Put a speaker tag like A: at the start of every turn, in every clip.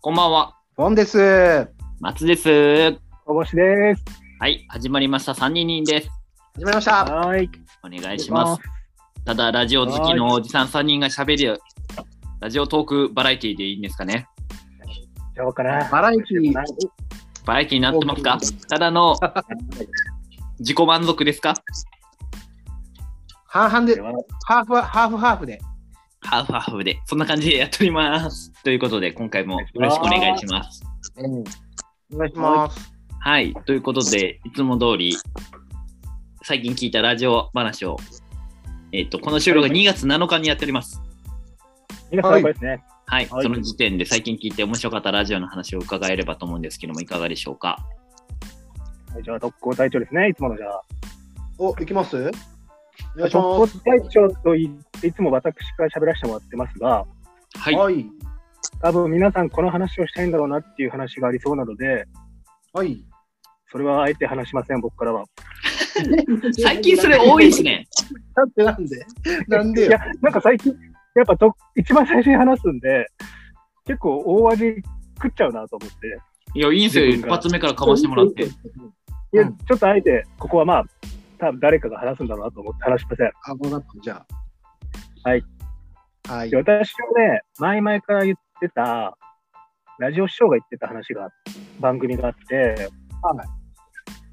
A: こんばんは、
B: フォンです。始
A: 松です。
C: おぼしです。
A: はい、始まりました、三人人です。
B: まりました。
C: はい。
A: お願いします。ただ、ラジオ好きのおじさん3人が喋る、ラジオトークバラエティでいいんですかね
C: どうかな。
B: バラエティー、
A: バラエティになってます かただの自己満足ですか
B: 半々で、ハーフは、ハーフハーフで。
A: ハーフハーフで、そんな感じでやっております。ということで、今回もよろしくお願いします。
B: お願いします。
A: はい、ということで、いつも通り、最近聞いたラジオ話を、えっ、と、この収録が2月7日にやっております。
C: 皆さん、ですね。
A: はい、
C: はい
A: その時点で最近聞いて面白かったラジオの話を伺えればと思うんですけども、いかがでしょうか。
C: はい、じゃあ、特攻隊長ですね。いつものじゃあ。
B: お、行きますお願いし
C: 特
B: ま
C: 攻
B: す。
C: 隊長と言って、いつも私から喋らせてもらってますが、
A: はい、
B: はい。
C: 多分皆さんこの話をしたいんだろうなっていう話がありそうなので、
B: はい。
C: それはあえて話しません、僕からは。
A: 最近それ多いです。ね。
B: だってなんで なんで
C: いや
B: よ。、
C: なんか最近、やっぱと一番最初に話すんで、結構大味食っちゃうなと思って。
A: いや、いいんですよ、
C: 自
A: 一
C: 分が
A: 発目からかましてもらって。
C: いや、
B: うん
C: ちょっとあえて、ここはまあ、多分誰かが話すんだろうなと思って話しません。
B: あ、わかった。じゃあ。
C: はい。
B: はい
C: で。私はね、前々から言ってた、ラジオ師匠が言ってた話が、番組があって、
B: はい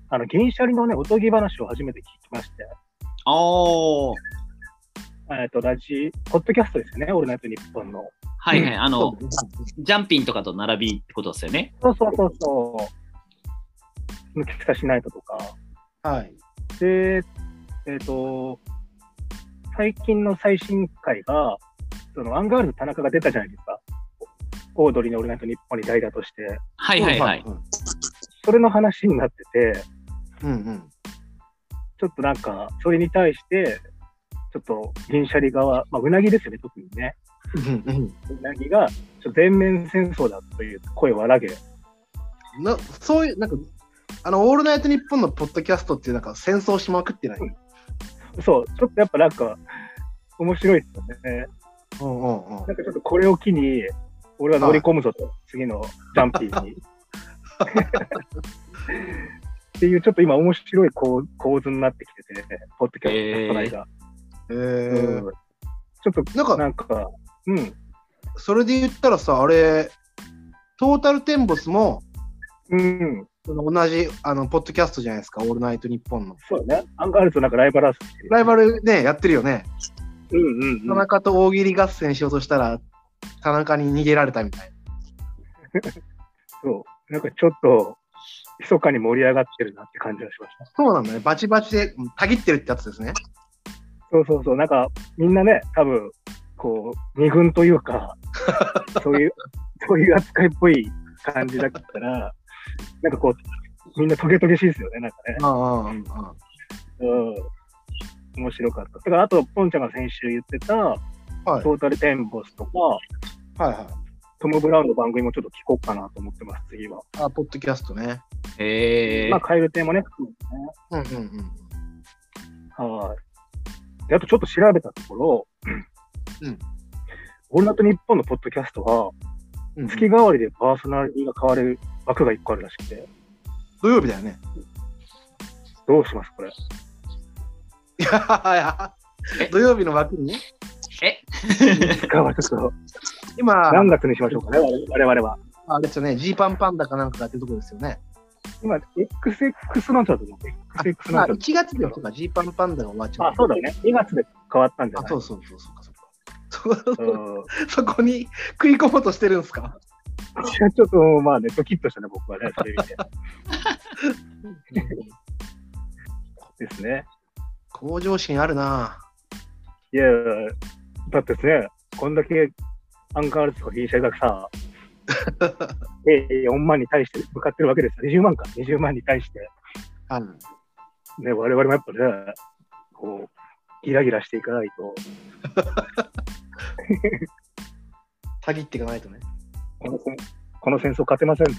C: あの、銀シャリのね、おとぎ話を初めて聞きまして、
A: あー、
C: えっと、ラジ、ポッドキャストですよね、オールナイトニッポンの。
A: はいはい、あの
B: そ、うですね
A: ジャンピンとかと並びってことですよね。
C: そうそうそうそう。抜き差しないととか。
B: はい。
C: で、えっ、と、最近の最新回が、そのアンガールズ田中が出たじゃないですか。オードリーのオールナイトニッポンに代打として。
A: はいはいはい。
B: うん。
C: それの話になってて、
B: うん
C: ちょっとなんか、それに対して、ちょっと銀シャリ側、まあ、うなぎですよね、特にね。
B: うんうん
C: うなぎが、ちょっと全面戦争だという声を荒げる。
B: うん。な、そういう、なんか、あの、オールナイトニッポンのポッドキャストって、なんか戦争しまくってない。
C: そう、ちょっとやっぱなんか、面白いですよね。
B: うんうんうん。
C: なんかちょっとこれを機に、俺は乗り込むぞと、次のジャンピーに。っていう、ちょっと今面白い構構図になってきてて、ポッドキャスト内が。
B: え
C: う
B: ー
C: んちょっ
B: なん
C: と
B: か、
C: なんか、うん、
B: それで言ったらさ、あれ、トータルテンボスも、
C: うん、
B: その同じあのポッドキャストじゃないですか、オールナイトニッポンの。
C: そうだね。アンガールズとなんかライバル争いしてる
B: ライバルね、やってるよね。
C: うんうんうん
B: 田中と大喜利合戦しようとしたら、田中に逃げられたみたい
C: そう、なんかちょっと、密かに盛り上がってるなって感じがしました
B: な。。そうなんだね、バチバチで、うんたぎってるってやつですね。
C: そうそうそう、なんかみんなね、多分こう、二軍という か、そういう、そういう扱いっぽい感じだったら、なんかこう、みんなトゲトゲしいですよね、なんかね。
B: ああ、あああ
C: うん。面白かった。だから、あと、ポンちゃんが先週言ってた、
B: あはい、
C: トータルテンボスとか、
B: はいはい。
C: トム・ブラウンの番組もちょっと聞こうかなと思ってます、次は。
B: あ、ポッドキャストね。
A: え
C: ま
A: ー
C: あ、、カエルテもね、含めてね。
B: うんうんうん。
C: はい。であとちょっと調べたところ、
B: うん。
C: オールナイトニッポンのポッドキャストは、
B: うん
C: 月替わりでパーソナリティが変わる枠が1個あるらしくて、
B: 土曜日だよ ね。
C: どうしますこれ。
B: いやいや
A: え
B: 土曜日の枠にね、
A: え
C: 月替わりちょっと、
B: 今、
C: 何月にしましょうかね、我々は。
B: あれですよね、ジーパンパンダかなんかがってるとこですよね。
C: 今、XX なんちゃうと思う。XX
B: まあ、
C: なんちゃ
B: 1
C: う
B: 月ではジーパンパンダが終わっちゃ
C: あ、そうだよね。2月で変わったんじゃ
B: あ、
C: ない
B: そうそうそう、そうか、そうか。そ
C: うん。
B: そこ に食い込もうとしてるんですか
C: いやちょっと、まあね、ドキッとしたね、僕はね、それ見 て。ですね。
B: 向上心あるない
C: や、だってですね、こんだけアンガールズとか銀シャリがさ、ええ4万に対して向かってるわけですよ。20万か、20万に対して。
B: ぁ。
C: ね、我々もやっぱね、こう、ギラギラしていかないと、
B: たぎっていかないとね。
C: この戦この戦争勝てませんね。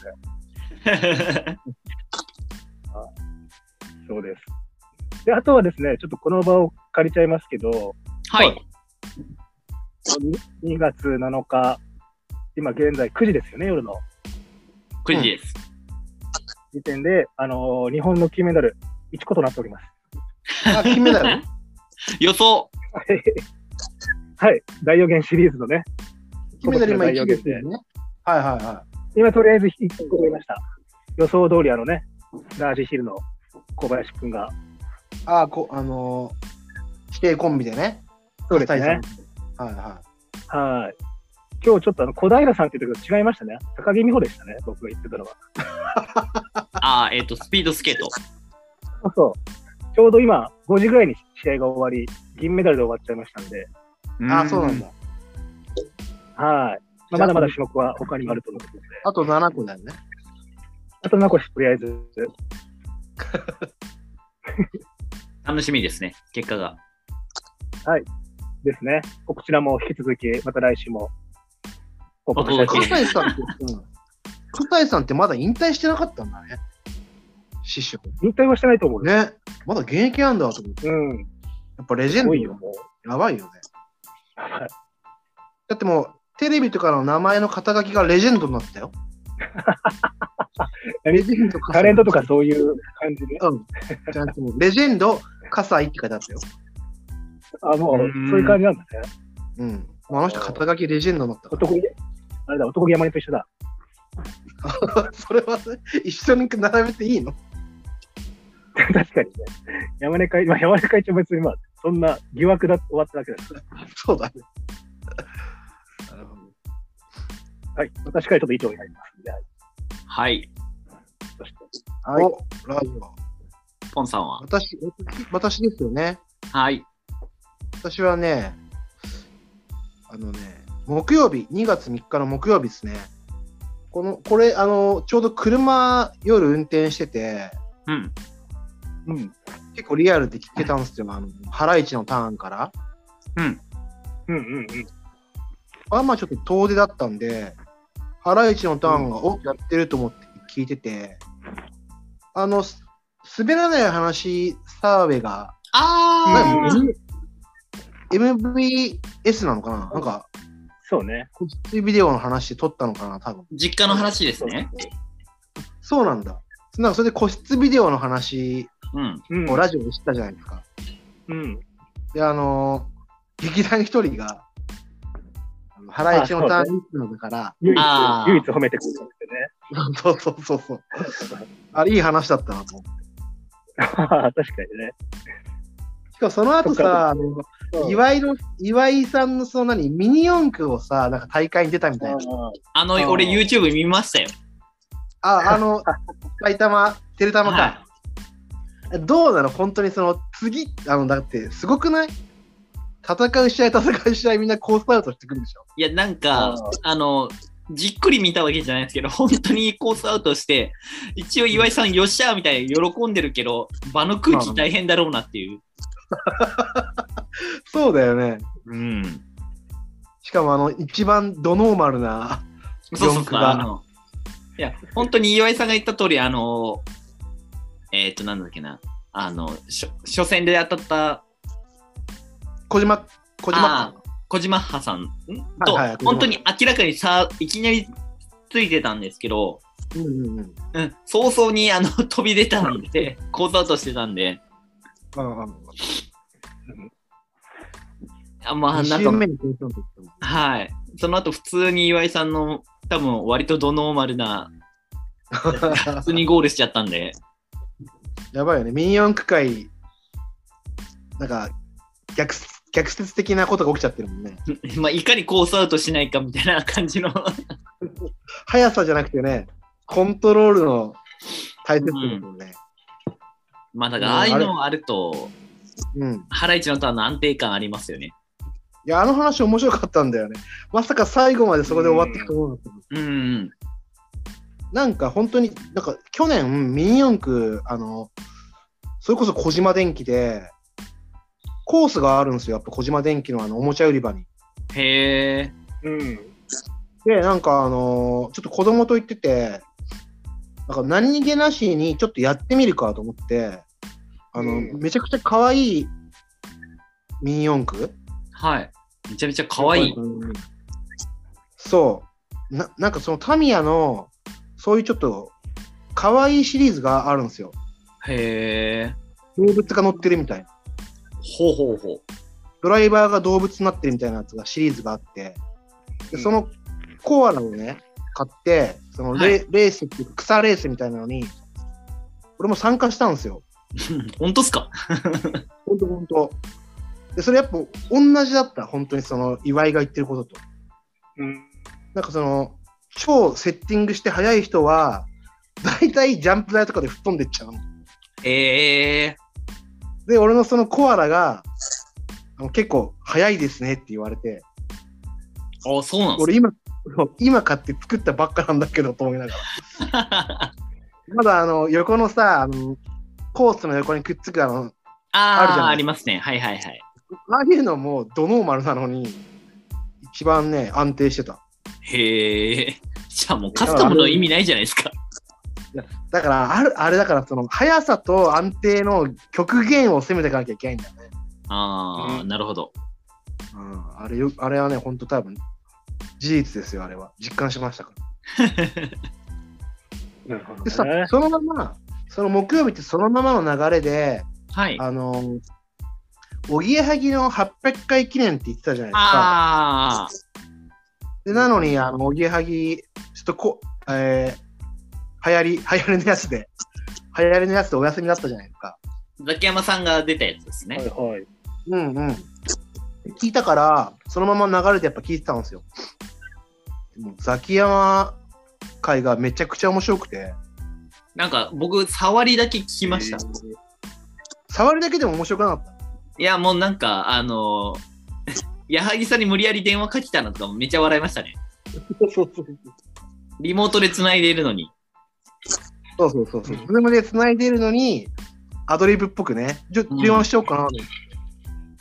C: そうです。で、あとはですね、ちょっとこの場を借りちゃいますけど、
A: はい、
C: 2月7日、今現在9時ですよね、夜の
A: 9時です。
C: 時点で、あのー日本の金メダル1個となっております。
B: あ、金メダ ル
A: 予想
C: はい、第4弦シリーズのね、
B: 金メダル今1位ですよね。はいはいは
C: 今とりあえず1個取りました。予想通りあのね、ラージヒルの小林くんが、
B: い。あ、こあのー、指定コンビでね。
C: そうですね。
B: はいは
C: はい。今日ちょっとあの小平さんっていう時と違いましたね。高木美帆でしたね、僕が言ってたのは。
A: あーえっ、と、スピードスケート。
C: そうそう。ちょうど今、5時ぐらいに試合が終わり、銀メダルで終わっちゃいましたんで、
B: い。あ、そうなん
A: だ。
B: だ。
C: はい。まあ、まだまだ種目は他にもあると思うので、
B: あと7個だよね。
C: あと残しとりあえず、
A: 楽しみですね、結果が。
C: ですね。こちらも引き続き、また来週も、報告したいと思います。
B: 葛西さんって、うん。葛西さんってまだ引退してなかったんだね。師匠。
C: 引退はしてないと思うよ。
B: ね。まだ現役なんだと思って。
C: うん。
B: やっぱレジェ
C: す
B: ンド
C: ごいよ、もう。
B: やばいよね。
C: やばい
B: だってもう、テレビとかの名前の肩書きがレジェンドになったよ。レジェンド
C: タ レントとかそういう感じで、
B: うん。じゃなくてもうレジェンド、葛西って書いてあったよ。
C: あ、もう、
A: うん
C: そういう感じなんだね。
B: うん。もうあの人、肩書きレジェンドになったから。
C: 男気、あれだ、男気山根と一緒だ。
B: それは、一緒に並べていいの
C: 確かにね。山根会、まあ、山根会長別に、まあ、そんな疑惑だ終わっただけだし。
B: そう だね。なるほど
C: はい。私からちょっと以上になりますんで、はい
A: はい。
C: そして。
B: はい
C: お、
B: ラジオ。
A: ポンさんは。
B: 私、私ですよね。
A: はい。
B: 私はね、あのね、木曜日、2月3日の木曜日ですね。この、これ、あの、ちょうど車、夜運転してて、
A: うん。
C: うん。
B: 結構リアルで聞けたんですよ。あの、ハライチのターンから。
A: うん。
C: うんうんうん。
B: あんまあちょっと遠出だったんで、ハライチのターンが、おやってると思って聞いてて、あの、す滑らない話、澤部が、
A: あー
B: MVS なのかななんか、
C: そうね。
B: 個人ビデオの話で撮ったのかな多分。
A: 実家の話ですね。
B: そうなんだ。なんかそれで個室ビデオの話
A: うん。
C: うん。
B: をラジオで知ったじゃないですか。
C: うん。
B: で、あのー劇団一人が、あのハライチのターンリスのだから、
C: 唯一
A: あ、ー
C: 唯一褒めてくれたんで
B: そうそうそうそう。あれ、いい話だったなと思って。
C: すよね。 確か
B: しかもその後
C: そっか
B: さ、あの
C: にね。
B: 岩井の、岩井さんのその何、ミニ四駆をさ、なんか大会に出たみたいな。
C: あ
A: あの
C: あー、
A: 俺 YouTube 見ましたよ。
B: あ、あの、埼玉、テレタマか。
A: は
B: どうなの本当にその次、あのだってすごくない戦う試合、戦う試合、みんなコースアウトしてくるでしょ。
A: い。いや、なんか、
C: あー
A: あの、じっくり見たわけじゃないですけど、 本当にコースアウトして、一応岩井さん、よっしゃーみたいに喜んでるけど、場の空気大変だろうなっていう。
B: そうだよね。
A: うん。
B: しかもあの一番ドノーマルな
A: そうそう
B: 四
A: そう。
B: 駆
A: あ
B: が。
A: の、いや、本当に岩井さんが言った通り、あの、えっ、と、なんだっけな、あの、初初戦で当たった
B: 小島、小島
A: あ。小島派さんんと、
B: はいはい小島
A: 本当に明らかにさ、いきなりついてたんですけど、
B: うんうんうん。
A: うん、早々にあの飛び出たんで、 コースアウトしてたんで、
B: うんうん、
A: あまあ、
B: 2
A: なん
B: 周
A: か、
B: 目に決勝っても
A: はい。その後、普通に岩井さんの、多分割とドノーマルな、普通にゴールしちゃったんで、
B: やばいよね。ミニ四駆界、なんか逆逆説的なことが起きちゃってるもんね。
A: まあ、いかにコースアウトしないかみたいな感じの、
B: 速さじゃなくてね、コントロールの大切ですもんね。
A: まあ、だか
B: う
A: ら、
B: ん
A: ああいうのもあると、
B: うん
A: ハライチのターンの安定感ありますよね。
B: いや、あの話面白かったんだよね。まさか最後までそこで終わっていくと思う
A: うん。
B: なんか本当に、なんか去年、ミニ四駆、あの、それこそ小島電機で、コースがあるんですよ、やっぱ小島電機のあのおもちゃ売り場に。
A: へえ。
C: うん。
B: で、なんかあのーちょっと子供と行ってて、なんか何気なしにちょっとやってみるかと思って、あの、
C: うん
B: めちゃくちゃ可愛いミニ四駆
A: はい。めちゃめちゃ可愛い。
B: うんそう。ななんかそのタミヤのそういうちょっと可愛いシリーズがあるんですよ。
A: へえ。
B: 動物が乗ってるみたいな。
A: ほうほうほ う。
B: ドライバーが動物になってるみたいなやつがシリーズがあって、でそのコアラをね、買って、そのレ,、レースっていうか草レースみたいなのに、俺も参加したんですよ。
A: 本当っすか
B: ほんとほんと。で、それやっぱ同じだった、本当にその岩井が言ってることと。
C: うん。
B: なんかその、超セッティングして速い人は、大体ジャンプ台とかで吹っ飛んでっちゃうの。
A: へえ。
B: で、俺のそのコアラが、あの結構速いですねって言われて、
A: あ、そうなん す
B: 俺今、今買って作ったばっかなんだけどと思いながら。
A: か。
B: まだあの、横のさ、あの、コースの横にくっつくあの、
A: あ
B: るじゃ
A: あ、
B: な
A: あ
B: い
A: りますね。はいはいはい。
B: ああいうのもドノーマルなのに、一番ね、安定してた。
A: へえ。じゃあもうカスタムの意味ないじゃないですか。
B: だから、ある、あれだから、その、速さと安定の極限を攻めていかなきゃいけないんだよね。
A: ああ、
C: うん
A: なるほ ど。
B: うん、あれよ、あれはね、ほんと多分、事実ですよ、あれは。実感しましたから。
C: なるほど、
B: でさ
C: ね。、
B: そのまま、その木曜日ってそのままの流れで、
A: はい。あ
B: あの、おぎやはぎの800回記念って言ってたじゃないですか。
A: あ
B: で、なのに、あの、おぎやはぎ、ちょっとこ、えー、流行り、流行りのやつで、流行りのやつでお休みだったじゃないですか。
A: ー、ザキヤマさんが出たやつですね。
C: はいはい。
B: うんうん。聞いたから、そのまま流れてやっぱ聞いてたんですよ。でもザキヤマ会がめちゃくちゃ面白くて、
A: なんか僕、触りだけ聞きました。
B: 触るだけでも面白くなかった。
A: いや、もうなんか、あのー、 矢作さんに無理やり電話かけたのとかもめっちゃ笑いましたね。
B: そうそう
A: リモートで繋いでいるのに。
B: そうそうそうそう。ズームで繋いでるのに、アドリブっぽくね、ちょ、
A: うん
B: 電話しようかな、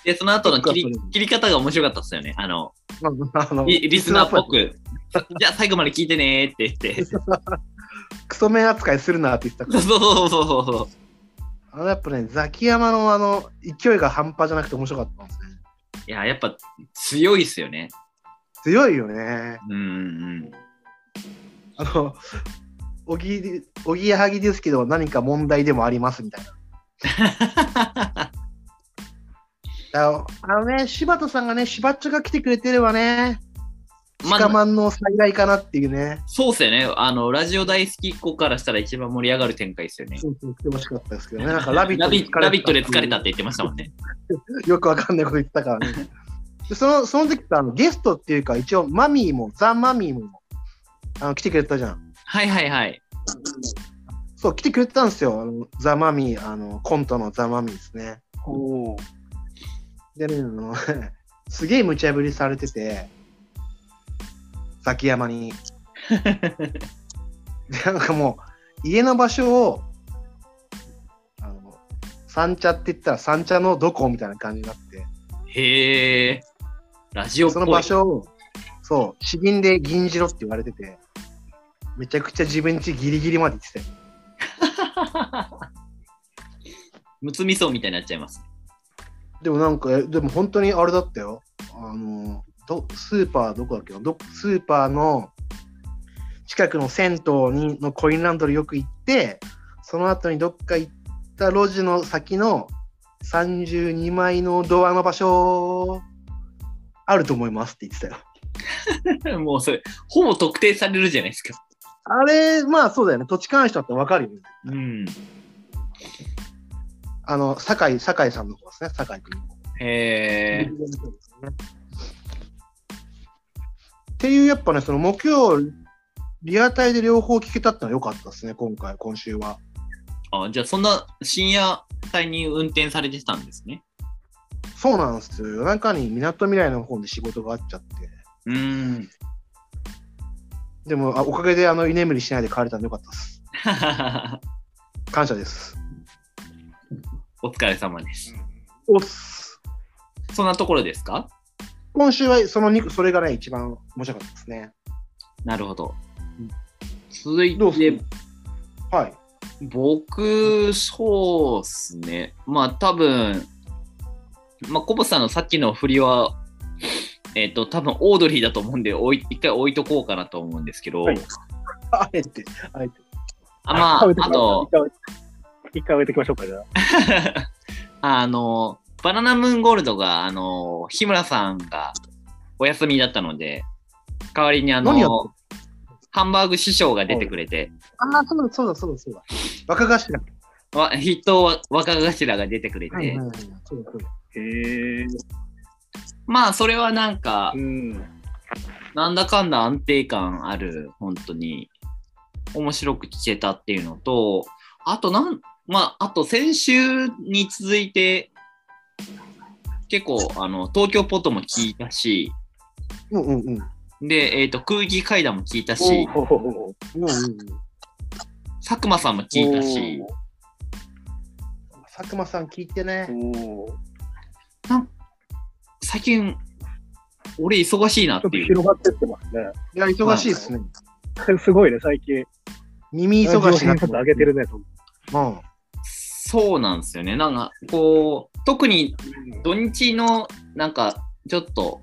A: で、その後の切
B: そ
A: り
B: っかそれ
A: 切り方が面白かったですよね。あの、
B: あの、
A: リリスナーっぽ
B: く。
A: く。 じゃあ最後まで聞いてねーって言って。
B: クソ面扱いするなって言ってたから
A: そうそうそうそうそう。
B: あのやっぱね、ザキヤマのあの勢いが半端じゃなくて面白かったんですね。
A: いや、やっぱ強いっすよね。
B: 強いよね。
A: うんうん。
B: あの、おぎ、おぎやはぎですけど、何か問題でもありますみたい な。あのあのね、柴田さんがね、柴っちょが来てくれてればね、
A: ま
B: 鹿
A: あ、
B: マンの最大かなっていうね、
A: そうっすよね。あの、ラジオ大好きっ子からしたら一番盛り上がる展開っすよね。
B: そうそう来てほしかったで すけどね、なんかラビッ
A: ラ
B: ト
A: ビラビットで疲れた
B: っ
A: って言ってましたもんね。
B: て。よくわかんないこと言ってたからね。でそのその時さあのゲストっていうか、一応、マミーも、ザ・マミーもあの来てくれたじゃん。
A: はいはいはい。
B: そう、来てくれてたんですよ。あのザ・マミー、あの、コントのザ・マミーですね。
C: おお。
B: でね、あの、 すげえ無茶ぶりされてて、ザキヤ マに。で、なんかもう、家の場所を、あの、三茶って言ったら三茶のどこみたいな感じになって、
A: へえ。ラジオっぽ
B: そ
A: い。
B: の場所を、そう、詩吟で銀次郎って言われてて、めちゃくちゃ自分家ギリギリまで行ってた よ
A: むつみそうみたいになっちゃいます。
B: でもなんか、えでも本当にあれだったよ。あの、どスーパーどこだっけなどスーパーの近くの銭湯にのコインランドリーよく行って、その後にどっか行った路地の先の32枚のドアの場所、あると思いますって言ってたよ。
A: もうそれ、ほぼ特定されるじゃないですか。
B: あれ、まあそうだよね。土地関人だったらわかるよね。
A: うん。
B: あの、酒井、酒井さんの方ですね。酒井君の方。
A: へえ。
B: っていう、やっぱね、その目標をリアタイで両方聞けたってのは良かったですね、今回、今週は。
A: あ、じゃあそんな深夜帯に運転されてたんですね。
B: そうなんですよ。夜中にみなとみらいの方で仕事があっちゃって。
A: うん。
B: でも、あおかげであの居眠りしないで帰れたんでよかったです。感謝です。
A: お疲れ様です。
B: おっす。
A: そんなところですか
B: 今週はその2それがね、一番面白かったですね。
A: なるほど。続い
B: どうっす
A: て、
B: はい。
A: 僕、そうっすね。まあ多分、まあ、コボさんのさっきの振りは、えっ、と、多分オードリーだと思うんで、おい一回置いとこうかなと思うんですけど、
C: はい
B: あえて、あえて。
A: あまあ、
C: 食
A: あ
C: べてきます
A: と、
C: 一回置いてきましょうか、じゃあ。
A: あの、バナナムーンゴールドが、あの、日村さんがお休みだったので、代わりにあ
B: 何やっ
A: の、ハンバーグ師匠が出てくれて、
B: ああ、そうだ、そうだ、そうだ、そうだ。若頭。
A: わ筆頭若頭が出てくれて、
B: はいはいはい。そうだ、そうだ。
C: へえ。
A: まあ、それはなんか
C: う、ん。
A: なんだかんだ安定感ある、本当に、面白く聞けたっていうのと、あとなん、まあ、あと先週に続いて、結構、あの、東京ポットも聞いたし、
B: うんうんうん。うん
A: で、えっ、と、空気階段も聞いたし、
C: おー
B: うんうん。
A: 佐久間さんも聞いたし、
B: 佐久間さん聞いてね。
C: おー
A: 最近、俺忙しいなっ
C: ちょってと
A: いう。
C: 広がってってますね。
B: いや、忙しいっすね。
C: すごいね、 最近。
B: 耳忙しいな
C: ちょっと上げてるね、と。
B: うん。
A: そうなんですよね。なんか、こう、特に土日のなんかちょっと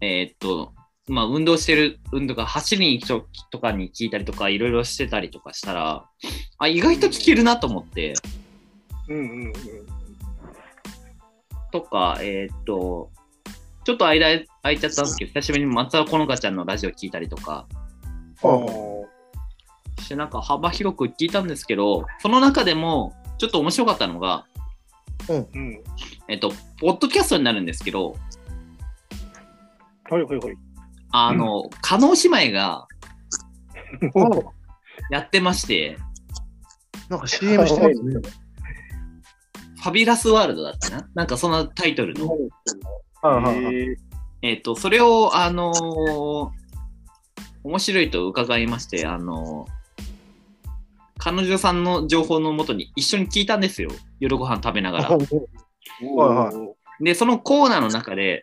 A: えーっとまあ運動してる運動が走りに行く時とかに聞いたりとかいろいろしてたりとかしたらあ意外と聞けるなと思って
C: うんうんうん。
A: とかえーっとちょっと間空いちゃったんですけど久しぶりに松田好花ちゃんのラジオ聞いたりとか
C: お
A: してなんか幅広く聞いたんですけどその中でもちょっと面白かったのが
C: ーうん。
A: えーっとポッドキャストになるんですけど
C: はいはいはい。
A: あの加納姉妹が
B: うん
A: やってまして
B: なんか CM してますね。
A: ファビュラスワールドだったかななんかそんなタイトルの
B: はいはいはい。
C: え
A: えっ、と、それを、あのー面白いと伺いまして、あのー彼女さんの情報のもとに一緒に聞いたんですよ。夜ご飯食べながら。
C: ー、
B: はい
C: い。
A: で、そのコーナーの中で、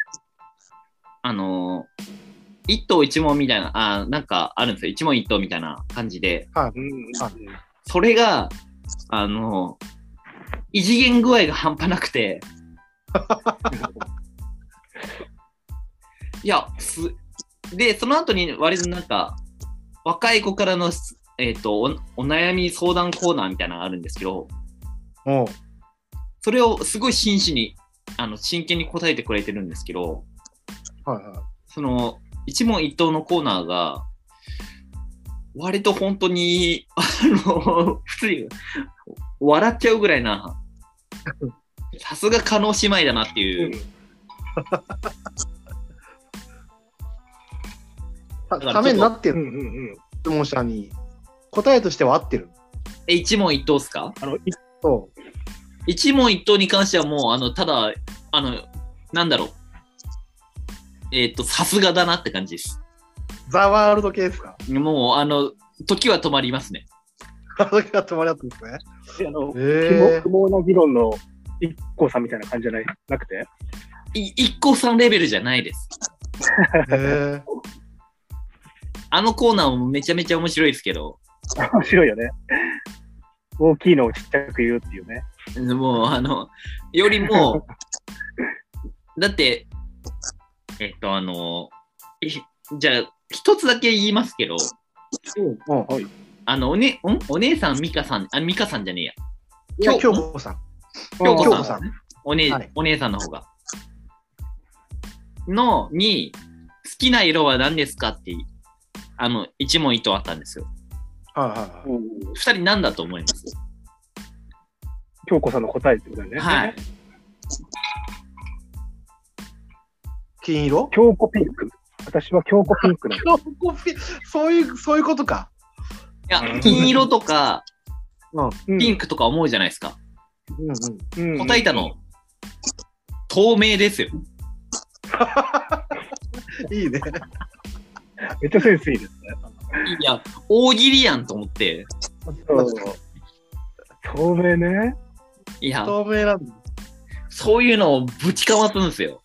A: あのー一頭一問みたいな、あーなんかあるんですよ。一問一答みたいな感じで、
C: うんうんうん。
A: それが、あのー異次元具合が半端なくて、 いや、すで、その後に割となんか、若い子からの、えっとおお悩み相談コーナーみたいなのがあるんですけど、
B: うん。
A: それをすごい真摯に、あの真剣に答えてくれてるんですけど、
B: はいはい。
A: その一問一答のコーナーが、割と本当に、 あの、普通に笑っちゃうぐらいな、さすが加納姉妹だなっていう。
B: た
A: から
B: ためになって
C: うん
B: る
C: うんうん。
B: 質問者に答えとしては合ってる。
A: え、一問一答っすか
C: あの、い
B: そう。
A: 一問一答に関してはもう、あの、ただ、あの、なんだろう。えーっ、と、さすがだなって感じです。
B: ザワールド系ですか
A: もう、あの、時は止まりますね。
B: あの時が止まりだったんですね。
C: あの、
B: え
C: 不毛な議論の一個さんみたいな感じじゃないなくて。
A: い一個さんレベルじゃないです。
B: え。へえ。
A: あのコーナーもめちゃめちゃ面白いですけど、
C: 面白いよね。大きいのをちっちゃく言うっていうね。
A: もう、あの、よりも、だって、えっと、あの、いじゃあ、一つだけ言いますけど、
B: うん。うん
A: あの、お,、ね、んお姉さん、美香さん、あ、美香さんじゃねえや。
B: いや、
A: 京
B: 京
A: 子
B: 子さん。
A: 京子
B: 京
A: さん
B: 子さん。
A: お姉、
B: はい
A: お姉さんの方が。の、に、好きな色は何ですかって、あの、一問一答あったんですよ。
B: はいはいはい。
C: うん
A: 二人何だと思います
C: 京子さんの答えってことだよね。
A: はい。。
B: 金色
C: 京子ピンク。私は京子ピンクなの。
B: 京子ピそういう、そういうことか。
A: いや、金色とか、
C: うん
A: ピンクとか思うじゃないですか。
B: うんうん。
C: うん
A: 答えたの、透明ですよ。
B: いいね。
C: めっちゃセンスいいですね。
A: いや、大喜利やんと思って。
C: そう。透明ね。
A: いや、
B: 透明なんだ。
A: そういうのをぶちかますんですよ。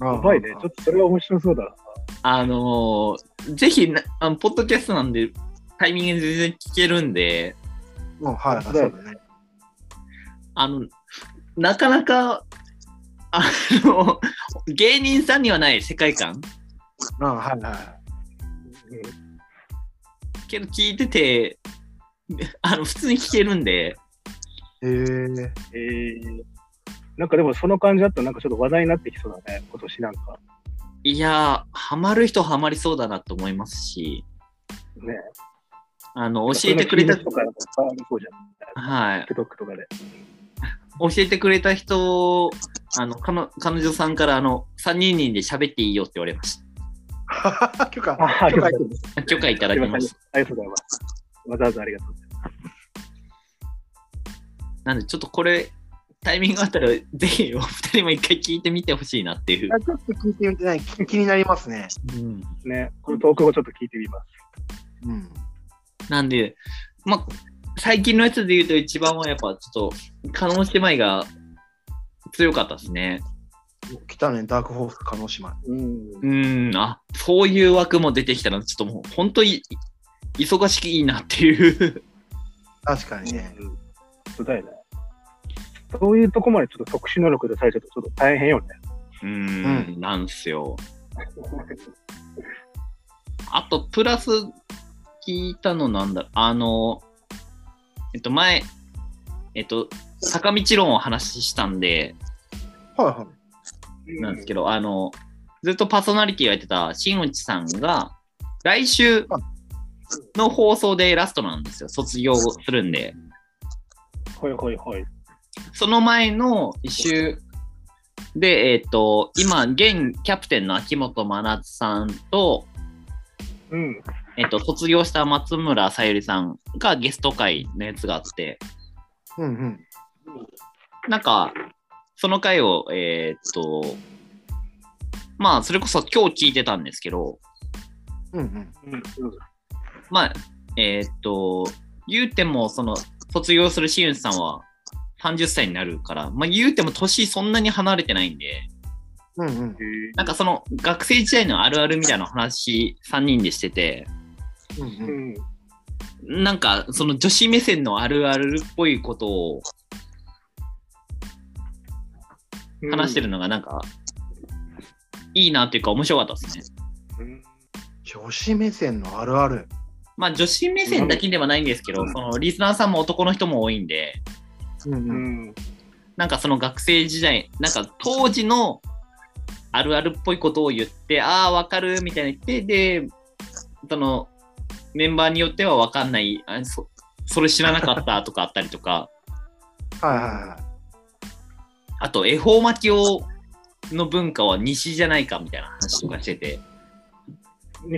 B: や
C: やばいね。ちょっとそれは面白そうだな。
A: あのーぜひなあの、ポッドキャストなんで、タイミングで全然聞けるんで、
B: うん、はいはい、そうだね。
A: あの、なかなか、あの、芸人さんにはない世界観
B: ああはいは
A: けど聞いてて、あの、普通に聞けるんで、
B: い。へ え。
C: えー、なんかでもその感じだとなんかちょっと話題になってきそうだね、今年なんか。
A: いやー、ハマる人ハマりそうだなと思いますし、
C: ね、
A: あの、教えてくれた
C: そ、の TikTok とかなんかそうじゃん。
A: はい、
C: TikTok とかで。
A: 教えてくれた人、あの、彼女彼女さんから、あの、3人人で喋っていいよって言われまし
B: 許可。
C: ああり
B: 許
C: が
B: 可
C: とうござい
A: た。許可いただきま
C: ますす。。ありがとうございます。わざわざありがとうございま
A: なんで、ちょっとこれ、タイミングあったら、ぜひお二人も一回聞いてみてほしいなっていう。
B: あちょっと聞いてみてない気気になりますね。
A: うん
C: す。ね、このトークをちょっと聞いてみます。
B: うん。
A: なんで、まあ、最近のやつで言うと一番はやっぱちょっと、可能姉妹が強かったですね。
B: 来たね、ダークホース、鹿児島。
C: うん
A: うーん、あ、そういう枠も出てきたら、ちょっともう本当に忙しくいいなっていう。
B: 確かにね。
C: そうだよね。そういうとこまでちょっと特殊能力でされちゃうとちょっと大変よね。
A: うーん、なんすよ。あと、プラス聞いたのなんだあの、えっと、前、えっと、坂道論を話したんで、
B: はいは
A: なんですけど、あの、ずっとパーソナリティをやってた新内さんが、来週の放送でラストなんですよ。卒業するんで。
C: ほいほいほい。
A: その前の一周で、えっ、と、今、現キャプテンの秋元真夏さんと、
C: うん。
A: えっ、と、卒業した松村さゆりさんがゲスト会のやつがあって、
B: い。うんうん。
A: なんか、その回を、えっ、と、まあ、それこそ今日聞いてたんですけど、
B: うんうん。
C: うん。
A: まあ、えーっと、言うても、その、卒業するしゆんさんは30歳になるから、まあ言うても年そんなに離れてないんで、
B: うんうん。
A: なんかその学生時代のあるあるみたいな話3人でしてて、
B: うん
C: う
B: うん。
C: ん。
A: なんかその女子目線のあるあるっぽいことを
C: うん。
A: 話してる。のがなんか、いいなっていうか面白かったですね。
C: うん。
B: 女子目線のあるある。
A: まあ女子目線だけではないんですけど、そのリスナーさんも男の人も多いんで、
B: うん
C: う
B: うん。
C: ん。
A: なんかその学生時代、なんか当時のあるあるっぽいことを言って、ああ、わかるみたいな言って、で、そのメンバーによってはわかんない、あそそれ知らなかったとかあったりとか、
B: はいはいはい。
A: あと恵方巻きをの文化は西じゃないかみたいな話とかしてて、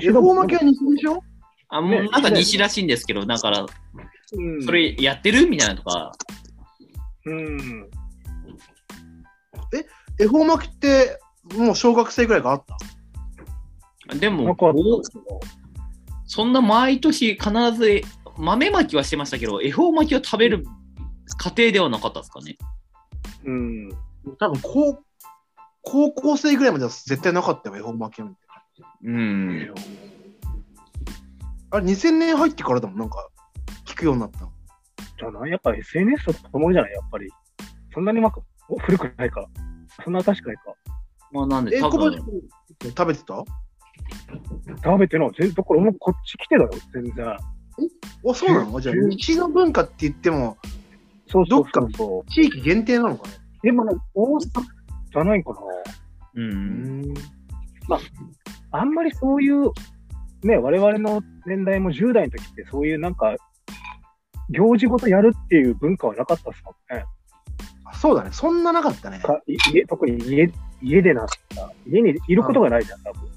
B: 恵方巻きは西でしょ
A: あも
C: ね
A: うなんか西らしいんですけど、だから
C: うん
A: そ。れやってるみたいなとか、
C: うん。
B: 恵方巻きって、もう小学生ぐらいがあった。
A: で
C: なん
A: も
C: か、
A: おそんな毎年必ず豆まきはしてましたけど、恵方巻きを食べる家庭ではなかったですかね。
C: うん。
B: 多分高、高校生ぐらいまでは絶対なかったよ、恵方巻きなんて。
A: うん。
B: あれ、2000年入ってからだもん、なんか、聞くようになったの。
C: じゃないやっぱ SNS とともにじゃないやっぱり。そんなにまく、お古くないか。そんな確かにか。
A: まあなんで、
B: え、
A: 多
B: 小林
A: 分
B: 君食べてたあ、
C: 食べての、全然、これもうこっち来てだろ、全然。
B: そうなのじゃあ、西の文化って言っても、
C: そうそうそ
B: どっ
C: うそ
B: 地域限定なのかね
C: う。でもね、大阪じゃないかな。
A: う。
B: うんん。
C: あんまりそういう、ね、我々の年代も10代の時って、そういうなんか、行事ごとやるっていう文化はなかったっすもんね。
B: あそうだね、そんななかったね。
C: かい家特に家家でなった。家にいることがないじゃん、多分。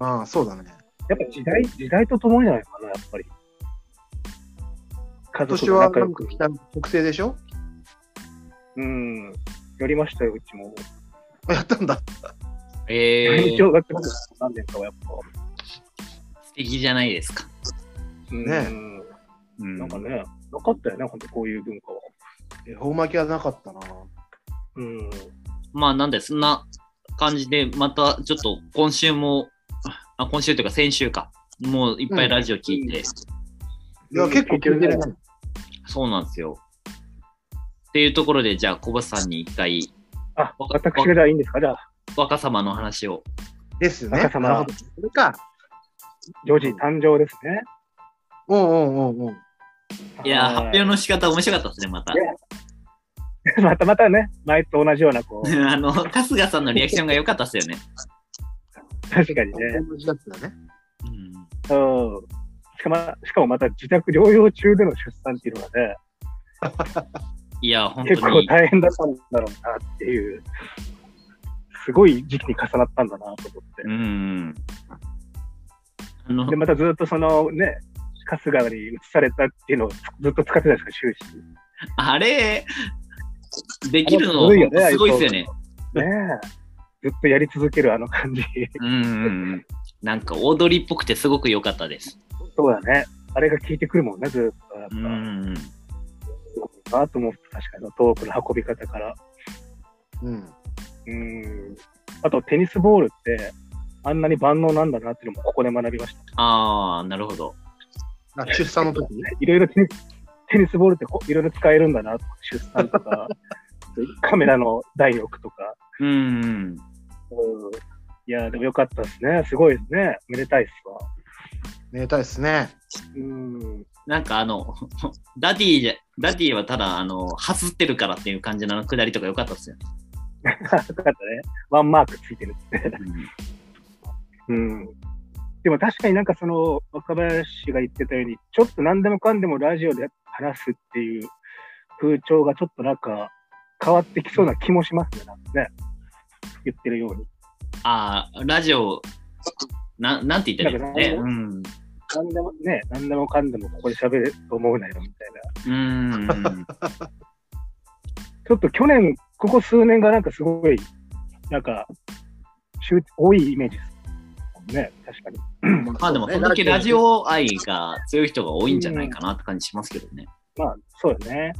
B: ああ、そうだね。
C: やっぱ時代、時代とともにじゃないかな、やっぱり。家
B: 今年
C: 族が
B: は、
C: 仲
B: な
C: 良
B: んか
C: く。
B: 北の特製でしょ
C: うん。やりましたよ、うちも。
B: あやったんだ。
A: えー、素
C: 小学校何年かはやっぱ。
A: 敵じゃないですか。
C: うん
B: ね
A: うん
C: なんかね、なかったよね、本当こういう文化は。
B: 恵方巻きはなかったな。
C: うん。
A: まあなんで、そんな感じで、またちょっと今週も、あ今週というか先週か、もういっぱいラジオ聞いて、
B: いや、結構聞いてるね。
A: そうなんですよ。っていうところで、じゃあ、小橋さんに一回、
C: あ、私がじゃあいいんですか、じゃあ。
A: 若様の話を。
B: ですよね。
C: 若様
B: なるほどそれか。
C: 女児誕生ですね。
B: うんうんうんうん。
A: いやー、発
C: は
A: 表の仕方面白かったですね、また。
C: またまたね、前と同じような、こう、
A: あの、春日さんのリアクションが良かったですよね。
C: 確かにね。
B: 同じだったね。
A: うん
C: うんしかも、しかもまた自宅療養中での出産っていうのがね、
A: いや、本
C: 結
A: 当
C: 構
A: に。
C: 大変だったんだろうなっていう、すごい時期に重なったんだなと思って。
A: うん。あの
C: で、、またずっとそのね、春日に移されたっていうのをずっと使ってたんですか、終始。
A: あれ、できるの、
C: あれずるいよね
A: すごいですよね。
C: ね えずっとやり続けるあの感じ。
A: うんうんうん。なんか、踊りっぽくてすごく良かったです。
C: そうだね。あれが効いてくるもんね、ずっと。やっ
A: う
C: ぱ
A: んうん。
C: あとも確かにトークの運び方から。
B: うん。
C: うん。あとテニスボールって、あんなに万能なんだなっていうのもここで学びました。
A: ああ、なるほど。
B: あ出産の時に
C: いろいろテニステニスボールってこいろいろ使えるんだなとか、出産とか、 カメラの台置くとか。
A: うんうん。
C: うんいや、でもよかったですね。すごいですね。めでたいっすわ。
B: めでたいですね。
C: うん。
A: なんかあの、 ダディじゃ、ダディはただ、あの、はすってるからっていう感じのくだりとか良かったですよね。
C: よかったね。ワンマークついてるって。うん。でも確かになんかその若林が言ってたように、ちょっと何でもかんでもラジオで話すっていう風潮がちょっとなんか変わってきそうな気もしますね。なんかね言ってるように。
A: ああ、ラジオ、ななんて言ったらいいですかね。
C: 何でもね、何でもかんでもここで喋ると思うなよみたいな。
A: うん。 うん。
C: ちょっと去年、ここ数年がなんかすごい、なんか、集多いイメージです。ね、確かに。
A: まあでも、そんだけラジオ愛が強い人が多いんじゃないかなって感じしますけどね。
C: まあ、そうだね。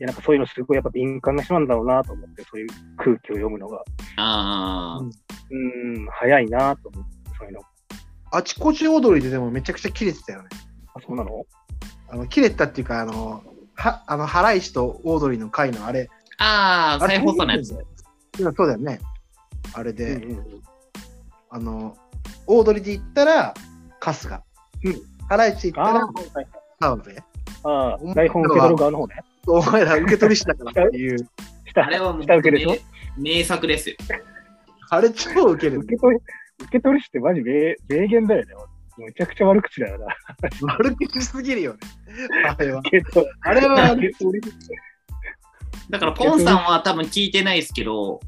C: いや、なんかそういうのすごいやっぱ敏感な人なんだろうなと思って、そういう空気を読むのが。
A: ああ、
C: うん、早いなと思って、そういうの。
B: あちこち踊りででもめちゃくちゃ切れてたよね。
C: あ、そうなの
B: あの切れてたっていうか、あの、はあのハライチとオードリーの回のあれ。
A: ああ、
B: あれ
A: 再放送のやつ。
B: うんそうだよね。あれ
C: う
B: で、
C: んうん
B: あの、オードリーで言ったら、春日。
C: うん
B: ハライチで言った
C: あ
B: ら、
C: ー
B: 澤部。
C: あー、台本受け取る側の方ね。
B: お前ら受け取り師だからっていう。
C: 下、
A: あれはもう
C: 下受けでしょ
A: 名作ですよ。
B: あれ超受ける
C: 受。け取り、受け取りしてマジ名名言だよね。めちゃくちゃ悪口だよな。
B: 悪口しすぎるよね。あれは。
C: 受け取り
B: あれは、
C: 受け取り
A: だから、ポンさんは多分聞いてないですけど、
B: う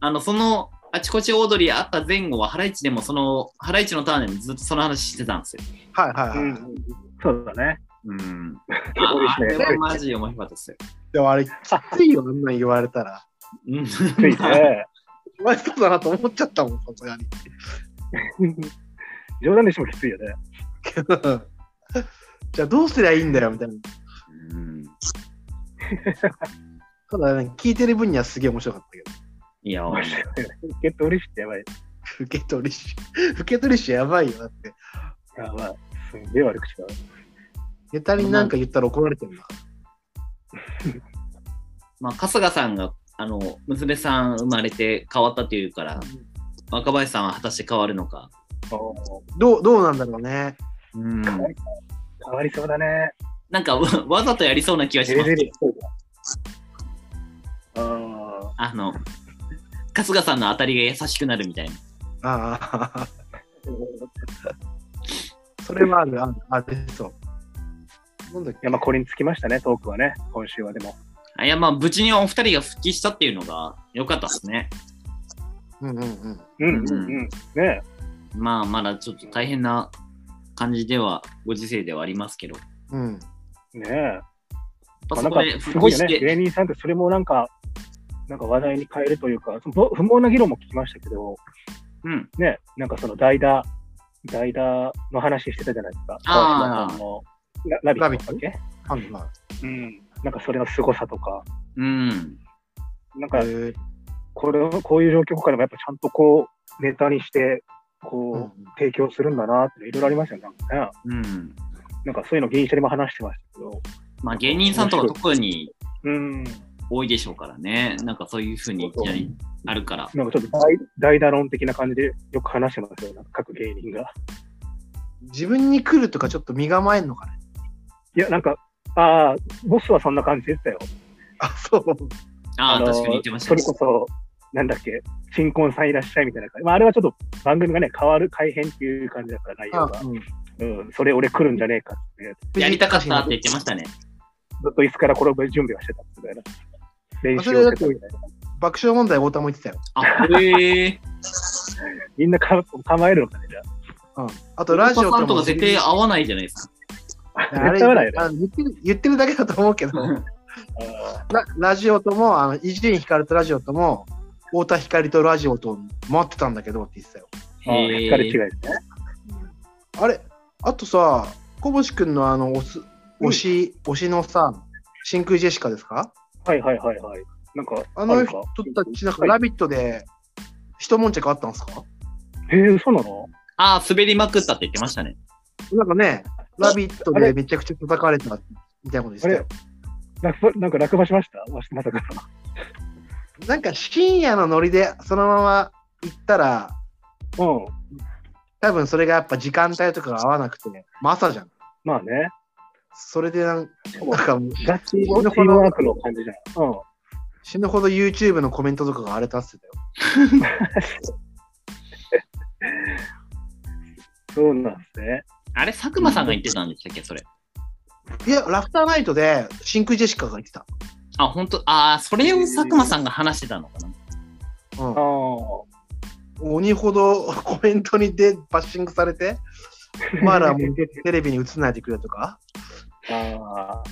A: あの、その、あちこちオードリーあった前後は、ハライチでも、その、ハライチのターンでもずっとその話してたんですよ。
B: ん。はいはい
C: うん
B: は
C: う
B: い。
C: んそうだね。
A: うん。
C: 受け取り
A: あ
C: し
A: あれは
C: て。
A: マジ面白かったですよ。
B: でもあれ、きついよ、あんなん言われたら。
A: うん
C: ついて。
B: かわいそうだなと思っちゃったもん、さすがに。
C: 冗談でしてもきついよね。
B: じゃあどうすりゃいいんだよ、みたいな。
A: うん
B: ただね、聞いてる分にはすげえ面白かったけ
A: いや、
C: 面白いね受け取りしてやばい。
B: ど。受け取り師、受け取り師やばいよ、だって。
C: やばい。すんげえ悪口だ。
B: ネタになんか言ったら怒られてるな。
A: まあ、春日さんが、あの、娘さん生まれて変わったというから、若林さんは果たして変わるのか。
B: どう、どうなんだろうね。
A: うん。
C: 変わりそうだね。
A: なんか、わわざとやりそうな気がし
C: デ
A: ま
C: レ
A: すけど
C: デレしそうだ。あ
A: あの、春日さんの当たりが優しくなるみたいな。
B: ああ、
C: あ。い
B: それはある、ある、ある、そう。なんだっけ
C: や、まあ、これにつきましたね、トークはね。今週はでも。
A: あいや、まあ、無事にお二人が復帰したっていうのが良かったですね。
B: うんうんうん。
C: うん、
A: うん
C: うん、うん。ねえ
A: まあ、まだちょっと大変な感じでは、ご時世ではありますけど。やっ
B: うん。
C: ねえ。
A: ぱ
C: ま
A: そ
C: あ、なん
A: こ
C: か
A: です復
C: ご
A: 帰
C: い
A: し
C: よね。
A: て、
C: 芸人さんってそれもなんか、なんか話題に変えるというか、その不毛な議論も聞きましたけど、
A: うん。
C: ね、なんかその代打、代打の話してたじゃないですか。
A: あー
C: 川島さんのララビットだっけ
B: あるな。
C: うん。なんかそれの凄さとか、
A: うん。
C: なん
B: へ
C: か
B: え
C: これをこういう状況下でもやっぱちゃんとこうネタにして
B: うん
C: こう提供するんだなっていろいろありましたよねなんかね。
A: うん。
C: なんかそういうの銀シャリも話してましたけど。
A: まあ、芸人さんとか特に
C: うん。
A: 多いでしょうからね。なんかそういうふうにいきなりあるから。
C: なんかちょっと大大打論的な感じでよく話してますよ、なんか各芸人が。
B: 自分に来るとかちょっと身構えんのかね。
C: いや、なんか、ああ、ボスはそんな感じでしたよ。
B: あ、そう。
A: ああ、
C: の
A: 確かに言ってました
C: そ
A: ね
C: れ。こそ、なんだっけ、新婚さんいらっしゃいみたいな感じ。まあ、あれはちょっと番組がね、変わる、改変っていう感じだから、内容が。
B: うん
C: うん、それ俺来るんじゃねえかって、
A: やりたかったって言ってましたね。
C: ずっと椅子から転ぶ準備はしてたみたいな。練
B: そ
C: 習
B: れ
C: を
B: だっ
C: しててたみたいな。
B: 爆笑問題太田も言ってたよ。
A: あ、へえ。
C: みんなか構えるのかね、じゃ
B: うん。あとラジオ
A: お子さんと
B: も
A: か絶対合わないじゃないですか。
B: あれ
C: 絶対合わないよね
B: あ言ってる言ってるだけだと思うけど、
C: あ。
B: ララジオとも、あの伊集院光とラジオとも、太田光とラジオと待ってたんだけどって言ってたよ。
C: ああ、
A: へえ
C: 光違いですね。
B: あれ、あとさ、小星くんのあの推す推し、推しのさ、真空ジェシカですか
C: はいはいはいはい。なんか、
B: あの
C: る
B: 人
C: か
B: たち、なんか、
C: はい
B: ラビットで、一悶着あったんですか
C: えー、そうなの
A: ああ、滑りまくったって言ってましたね。
B: なんかね、ラビット
C: あ
B: で
C: れ
B: めちゃくちゃ叩かれたみたいなこと言ってたよ。
C: 落なんか落馬しましたわしまさか。
B: なんか深夜のノリでそのまま行ったら、
C: うん。
B: 多分それがやっぱ時間帯とかが合わなくて、まあ朝じゃん。
C: まあね。
B: それでなん
C: も
B: なんかもう
C: ガチチームワークの感じじゃん。うん。
B: 死ぬほど YouTube のコメントとかが荒れたってたよ。
C: そうなんですね。
A: あれ、佐久間さんが言ってたんでしたっけ、それ。
B: いや、ラフターナイトで真空ジェシカが言ってた。
A: あ、本当ああ、それを佐久間さんが話してたのかな。
B: うん
C: ああ。
B: 鬼ほどコメントにでバッシングされて、お前らも うテレビに映んないでくれとか、
C: ああ。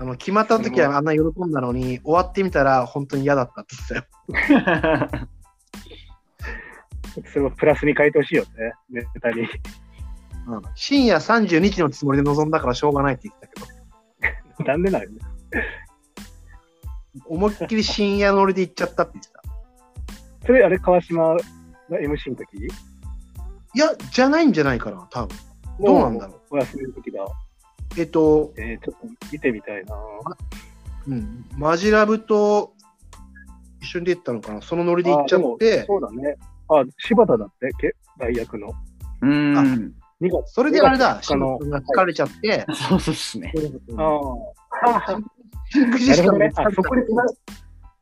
B: あの決まった時はあんな喜んだのに、終わってみたら本当に嫌だったって言ってたよ。
C: それをプラスに変えてほしいよね。ネタに。
B: うん、深夜32時のつもりで臨んだからしょうがないって言ってたけど、
C: 残念なのよね。
B: 思いっきり深夜乗りで行っちゃったって言ってた。
C: それ、あれ、川島が MC の時
B: いや、じゃないんじゃないかな、多分。どうなんだろう。
C: お休みの時だ。
B: えっと、
C: えー、ちょっと見てみたいな。
B: うん、マジラブと一緒に出てたのかな、そのノリで行っちゃって、
C: そうだね。あ、柴田だって、け大役の。
A: うーん。
C: 2月。
B: それであれだ、
C: あ
B: シ
C: の
B: ノ、君が疲れちゃって、
A: そうそうですね。
C: ああ。
B: シンクジ
C: な
B: ェシ
C: る
B: カ
C: ほ
B: の
C: どね。あ
B: 疲れ
C: そこでつな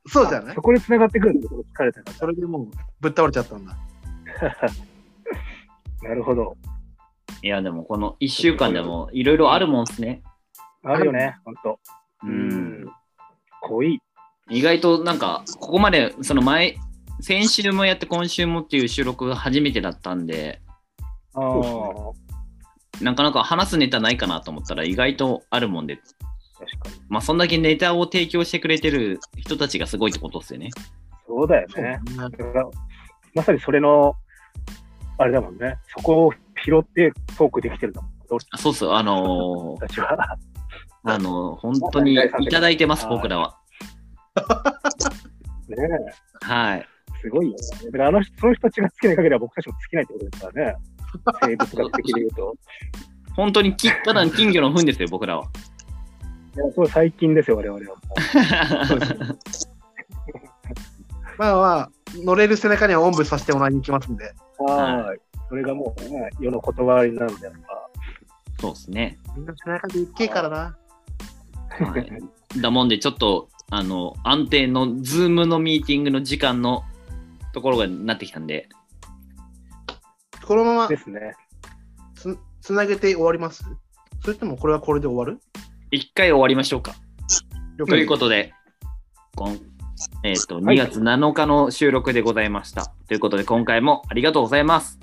B: そうじゃない
C: そこで繋がってくるんだ。疲れたか
B: それでもうぶっ倒れちゃったんだ。
C: ら。なるほど。
A: いや、でもこの1週間でもいろいろあるもんですね。
C: あるよね、ほんと。
A: うん。。
C: 濃い。
A: 意外となんか、ここまで、その前、先週もやって今週もっていう収録が初めてだったんで、
C: あ
B: うっ
C: あ。
A: なかなか話すネタないかなと思ったら意外とあるもんで、
C: 確かに。
A: まあそんだけネタを提供してくれてる人たちがすごいってことですよね。
C: そうだよ
B: そう
C: ね。
B: だね
C: だからまさにそれの、あれだもんね。そこを拾ってトークできてるんだもん。俺
A: あそうそう、あの ー
C: た ちは。
A: あのー本当にいただいてます、僕らは。
C: ねえ
A: はい。
C: すごいよね。だからあの人、その人たちが好きな限りは僕たちも好きないってことですからね。生物学的で言うと。
A: 本当に き、ただの金魚の糞ですよ、僕らは。
C: いや、そう最近ですよ、我 々は。
B: まあまあ、乗れる背中にはおんぶさせてもらいに行きますんで。
C: はーい。それがもうね、世の断りなんで、やっ
A: そうですね。
B: みんな背中で行けからな。
A: はい、だもんで、ちょっとあの安定の、ズームのミーティングの時間のところがなってきたんで、
B: このま
C: ぱ。
B: ま
C: ですね。
B: つつなげて終わりますそれともこれはこれで終わる
A: 一回終わりましょうか。
B: 了
A: という
B: 解
A: ことで、こんえっと
C: は
A: 2
C: い
A: 月7日の収録でございました。ということで、今回もありがとうございます。